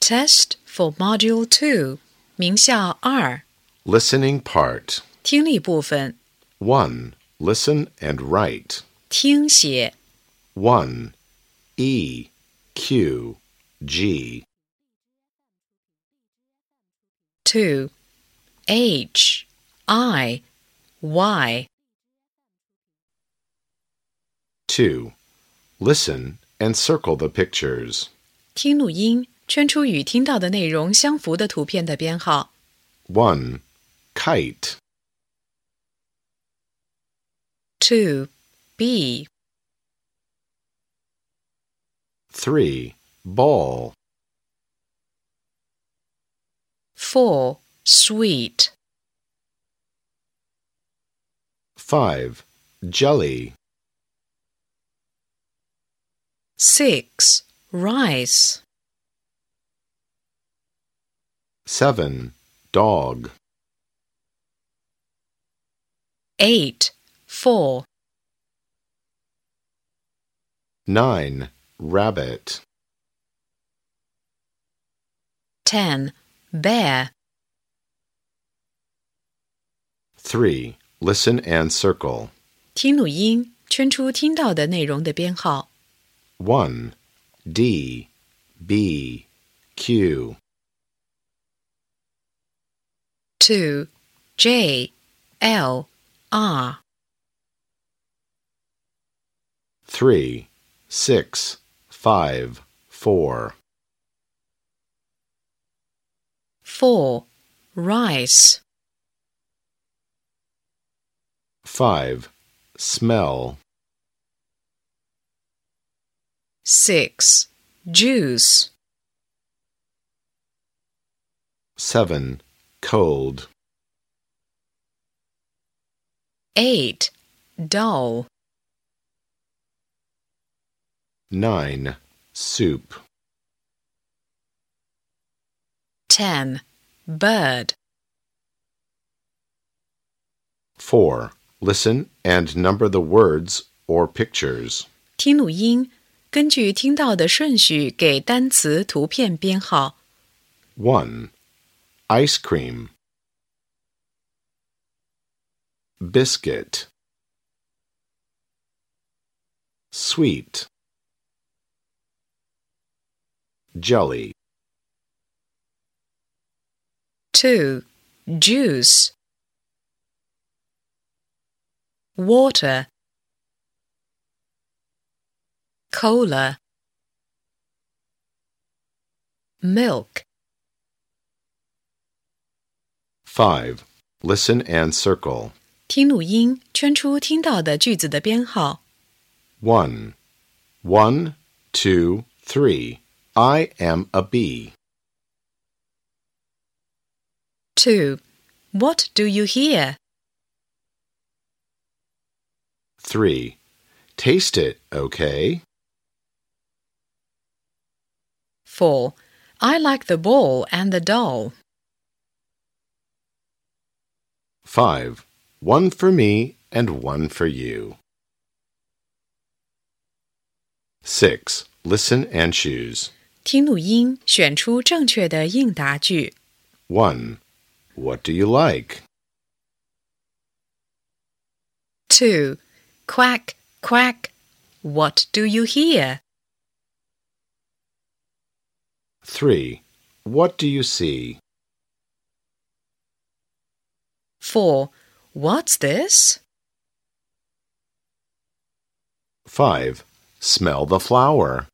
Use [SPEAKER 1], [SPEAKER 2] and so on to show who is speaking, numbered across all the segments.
[SPEAKER 1] test for Module 2, 名校二
[SPEAKER 2] Listening part
[SPEAKER 1] 听力部分
[SPEAKER 2] 1. Listen and write.
[SPEAKER 1] 听写
[SPEAKER 2] 1. E. Q. G.
[SPEAKER 1] 2. H, I, Y,
[SPEAKER 2] 2. Listen and circle the pictures.
[SPEAKER 1] 听录音，圈出与听到的内容相符的图片的编号。
[SPEAKER 2] 1. Kite.
[SPEAKER 1] 2. B,
[SPEAKER 2] 3. Ball.
[SPEAKER 1] 4. Sweet,
[SPEAKER 2] 5. Jelly.
[SPEAKER 1] 6. Rice,
[SPEAKER 2] 7. Dog.
[SPEAKER 1] 8. 4,
[SPEAKER 2] 9. Rabbit.
[SPEAKER 1] 10. Bear,
[SPEAKER 2] 3. Listen and circle.
[SPEAKER 1] 听录音，圈出听到的内容的编号。
[SPEAKER 2] 1. D. B. Q.
[SPEAKER 1] 2. J, L, R,
[SPEAKER 2] 3, 6, 5, 4,
[SPEAKER 1] 4. Rice,
[SPEAKER 2] 5. Smell.
[SPEAKER 1] 6. Juice,
[SPEAKER 2] 7. Cold.
[SPEAKER 1] 8. Dull,
[SPEAKER 2] 9. Soup.
[SPEAKER 1] 10. Bird,
[SPEAKER 2] 4. Listen and number the words or pictures.
[SPEAKER 1] 听录音，根据听到的顺序给单词、图片编号。
[SPEAKER 2] 1. Ice cream. Biscuit. Sweet. Jelly.
[SPEAKER 1] 2. Juice, water, cola, milk,
[SPEAKER 2] 5. Listen and circle.
[SPEAKER 1] 听录音，圈出听到的句子的编号。
[SPEAKER 2] 1. 1, 2, 3. I am a bee.
[SPEAKER 1] 2. What do you hear?
[SPEAKER 2] 3. Taste it, okay?
[SPEAKER 1] 4. I like the ball and the doll.
[SPEAKER 2] 5. One for me and one for you. 6. Listen and choose.
[SPEAKER 1] 听录音，选出正确的应答句。
[SPEAKER 2] 1. What do you like?
[SPEAKER 1] 2. Quack, quack. What do you hear?
[SPEAKER 2] 3. What do you see?
[SPEAKER 1] 4. What's this?
[SPEAKER 2] 5. Smell the flower.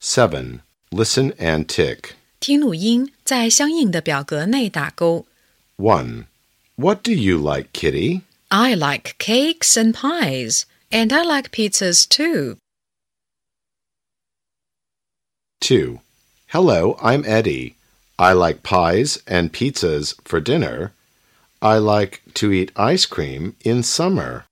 [SPEAKER 2] 7. Listen and tick.
[SPEAKER 1] 听录音，在相应的表格内打勾。
[SPEAKER 2] 1. What do you like, kitty?
[SPEAKER 1] I like cakes and pies, and I like pizzas too.
[SPEAKER 2] 2. Hello, I'm Eddie. I like pies and pizzas for dinner. I like to eat ice cream in summer.